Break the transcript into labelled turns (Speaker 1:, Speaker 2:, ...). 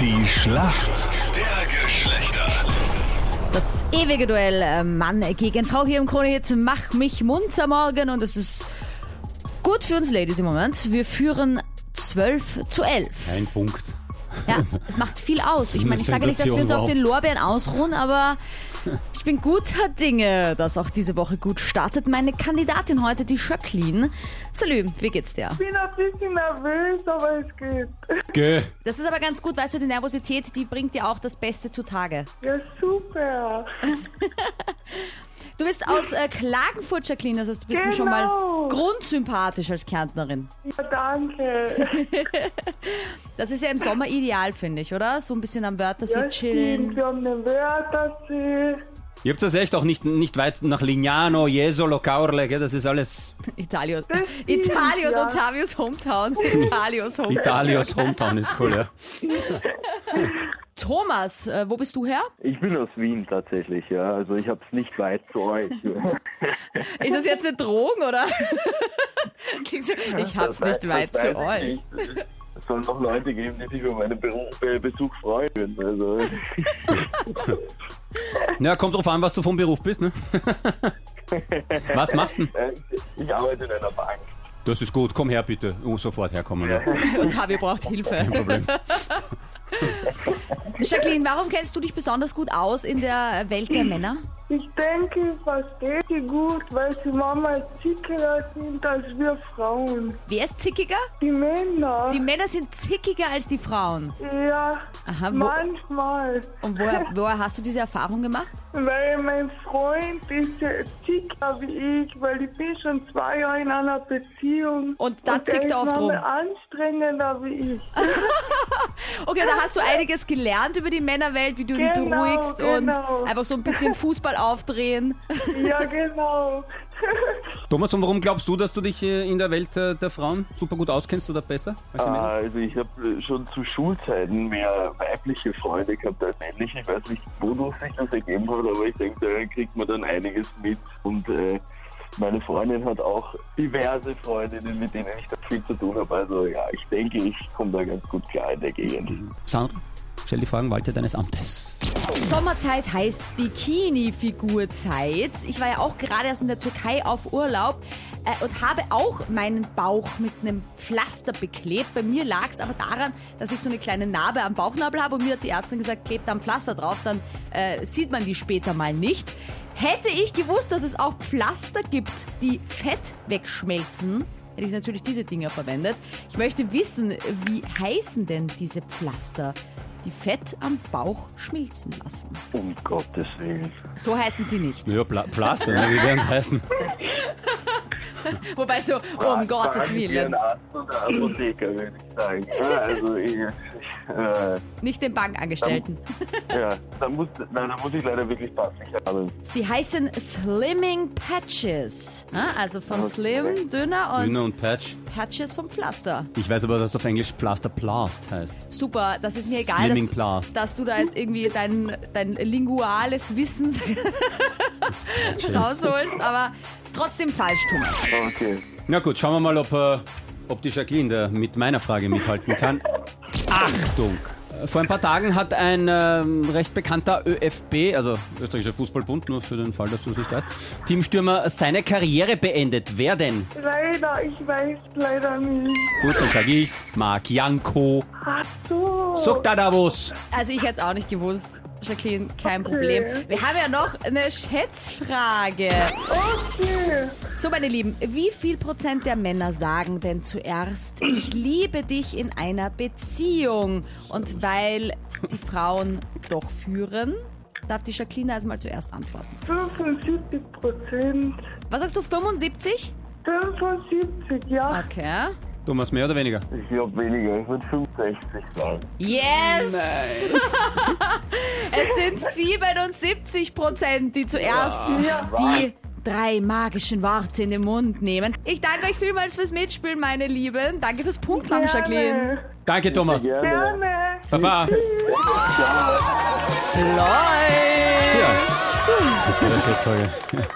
Speaker 1: Die Schlacht der Geschlechter.
Speaker 2: Das ewige Duell äh, Mann gegen Frau hier im Kronehit. Mach mich munter morgen und es ist gut für uns Ladies im Moment. Wir führen 12 zu 11.
Speaker 3: Ein Punkt.
Speaker 2: Ja, es macht viel aus. Ich meine, ich sage nicht, dass wir uns auf den Lorbeeren ausruhen, aber ich bin guter Dinge, dass auch diese Woche gut startet. Meine Kandidatin heute, die Jacqueline. Salü, wie geht's dir?
Speaker 4: Ich bin ein bisschen nervös, aber es geht.
Speaker 3: Geh.
Speaker 2: Das ist aber ganz gut, weißt du, die Nervosität, die bringt dir auch das Beste zutage.
Speaker 4: Ja, super.
Speaker 2: Du bist aus äh, Klagenfurt, Jacqueline, das heißt, du bist mir schon mal
Speaker 4: Genau.
Speaker 2: grundsympathisch als Kärntnerin.
Speaker 4: Ja, danke.
Speaker 2: Das ist ja im Sommer ideal, finde ich, oder? So ein bisschen am Wörthersee
Speaker 4: Ja, stimmt.
Speaker 2: chillen.
Speaker 4: Wir haben den Wörthersee.
Speaker 3: Ihr habt das echt auch nicht, nicht weit nach Lignano, Jesolo, Caorle, gell? das ist alles
Speaker 2: Italios,
Speaker 4: stimmt,
Speaker 2: Italios,
Speaker 4: ja.
Speaker 2: Ottavios Hometown. Italios Hometown.
Speaker 3: Italios Hometown, ist cool, ja.
Speaker 2: Thomas, äh, wo bist du her?
Speaker 5: Ich bin aus Wien tatsächlich, ja. Also ich hab's nicht weit zu euch.
Speaker 2: Ist das jetzt eine Drohung, oder? Klingt so, ich hab's nicht weit
Speaker 5: Das
Speaker 2: zu
Speaker 5: weiß ich
Speaker 2: euch.
Speaker 5: nicht. Es soll noch Leute geben, die sich über meinen Beruf, äh, Besuch freuen würden. Also
Speaker 3: Na, kommt drauf an, was du vom Beruf bist, ne? Was machst du denn?
Speaker 5: äh, ich- ich arbeite in einer Bank.
Speaker 3: Das ist gut, komm her bitte. Oh, sofort herkommen. Ja.
Speaker 2: Ottavio braucht Hilfe.
Speaker 3: Problem.
Speaker 2: Jacqueline, warum kennst du dich besonders gut aus in der Welt der Männer?
Speaker 4: Ich denke, ich verstehe sie gut, weil sie Mama zickerer sind als wir Frauen.
Speaker 2: Wer ist zickiger?
Speaker 4: Die Männer,
Speaker 2: Die Männer sind zickiger als die Frauen.
Speaker 4: ja,
Speaker 2: Aha, wo-
Speaker 4: manchmal.
Speaker 2: Und woher, woher hast du diese Erfahrung gemacht?
Speaker 4: Weil mein Freund ist ja zicker wie ich, weil ich bin schon zwei Jahre in einer Beziehung.
Speaker 2: Und da
Speaker 4: der
Speaker 2: zickt er
Speaker 4: ist
Speaker 2: oft rum.
Speaker 4: manchmal anstrengender wie ich.
Speaker 2: Okay, da hast du einiges gelernt über die Männerwelt, wie du ihn
Speaker 4: Genau,
Speaker 2: beruhigst
Speaker 4: genau.
Speaker 2: und einfach so ein bisschen Fußball aufdrehen.
Speaker 4: ja, genau.
Speaker 3: Thomas, und warum glaubst du, dass du dich äh, in der Welt äh, der Frauen super gut auskennst oder besser? Als die Männer?
Speaker 5: Ah, also ich habe schon zu Schulzeiten mehr weibliche Freunde gehabt als männliche. Ich weiß nicht, wodurch sich das ergeben hat, aber ich denke, da kriegt man dann einiges mit. Und äh, meine Freundin hat auch diverse Freundinnen, mit denen ich da viel zu tun habe. Also ja, ich denke, ich komme da ganz gut klar in der Gegend.
Speaker 2: Mhm.
Speaker 3: Sandra, stell die Fragen, walte deines Amtes.
Speaker 2: Sommerzeit heißt Bikini-Figurzeit. Ich war ja auch gerade erst in der Türkei auf Urlaub äh, und habe auch meinen Bauch mit einem Pflaster beklebt. Bei mir lag es aber daran, dass ich so eine kleine Narbe am Bauchnabel habe und mir hat die Ärztin gesagt, klebt da ein Pflaster drauf, dann äh, sieht man die später mal nicht. Hätte ich gewusst, dass es auch Pflaster gibt, die Fett wegschmelzen, hätte ich natürlich diese Dinger verwendet. Ich möchte wissen, wie heißen denn diese Pflaster? die Fett am Bauch schmilzen lassen.
Speaker 5: Um Gottes Willen.
Speaker 2: So heißen sie nicht.
Speaker 3: Ja, Pla Pflaster, ne? wie werden heißen?
Speaker 2: Wobei so,
Speaker 5: Ah,
Speaker 2: um Gottes
Speaker 5: Fragen Sie Ihren
Speaker 2: Willen,
Speaker 5: Arzt oder Apotheker, würde ich sagen. Ja, also ich, äh,
Speaker 2: nicht den Bankangestellten.
Speaker 5: ja, da muss, nein, da muss ich leider wirklich passen. Ich habe
Speaker 2: Sie heißen Slimming Patches. Ah, Also von Slim, dünner und,
Speaker 3: Dünner und Patch.
Speaker 2: Patches vom Pflaster.
Speaker 3: Ich weiß aber, dass auf Englisch Plaster Plast heißt.
Speaker 2: Super, das ist mir egal,
Speaker 3: Slimming
Speaker 2: dass,
Speaker 3: Plast.
Speaker 2: du- dass du da jetzt irgendwie dein, dein linguales Wissen rausholst, aber es ist trotzdem falsch, Thomas.
Speaker 5: Okay.
Speaker 3: Na gut, schauen wir mal, ob, äh, ob die Jacqueline da mit meiner Frage mithalten kann. Achtung! Äh, Vor ein paar Tagen hat ein ähm, recht bekannter ÖFB, also österreichischer Fußballbund, nur für den Fall, dass du es nicht weißt, Teamstürmer seine Karriere beendet. Wer denn?
Speaker 4: leider, ich weiß leider nicht.
Speaker 3: Gut, dann sag ich's. Marc Janko.
Speaker 4: Ach so.
Speaker 3: Sogdadavos.
Speaker 2: Also ich hätte es auch nicht gewusst. Jacqueline, kein Problem. Wir haben ja noch eine Schätzfrage.
Speaker 4: Okay.
Speaker 2: So, meine Lieben, wie viel Prozent der Männer sagen denn zuerst, ich liebe dich in einer Beziehung? Und weil die Frauen doch führen, darf die Jacqueline also mal zuerst antworten.
Speaker 4: 75 Prozent.
Speaker 2: Was sagst du, 75?
Speaker 4: 75, ja.
Speaker 2: Okay.
Speaker 3: Thomas, mehr oder weniger?
Speaker 5: Ich glaube weniger, ich würde 65 sagen.
Speaker 2: Yes! es sind 77 Prozent, die zuerst die drei magischen Worte in den Mund nehmen. Ich danke euch vielmals fürs Mitspielen, meine Lieben. Danke fürs Punktmachen, Jacqueline.
Speaker 3: Danke, Thomas.
Speaker 5: Gerne.
Speaker 4: Gerne.
Speaker 3: Baba.
Speaker 2: Läuft!
Speaker 3: Tja. Das ist jetzt Folge.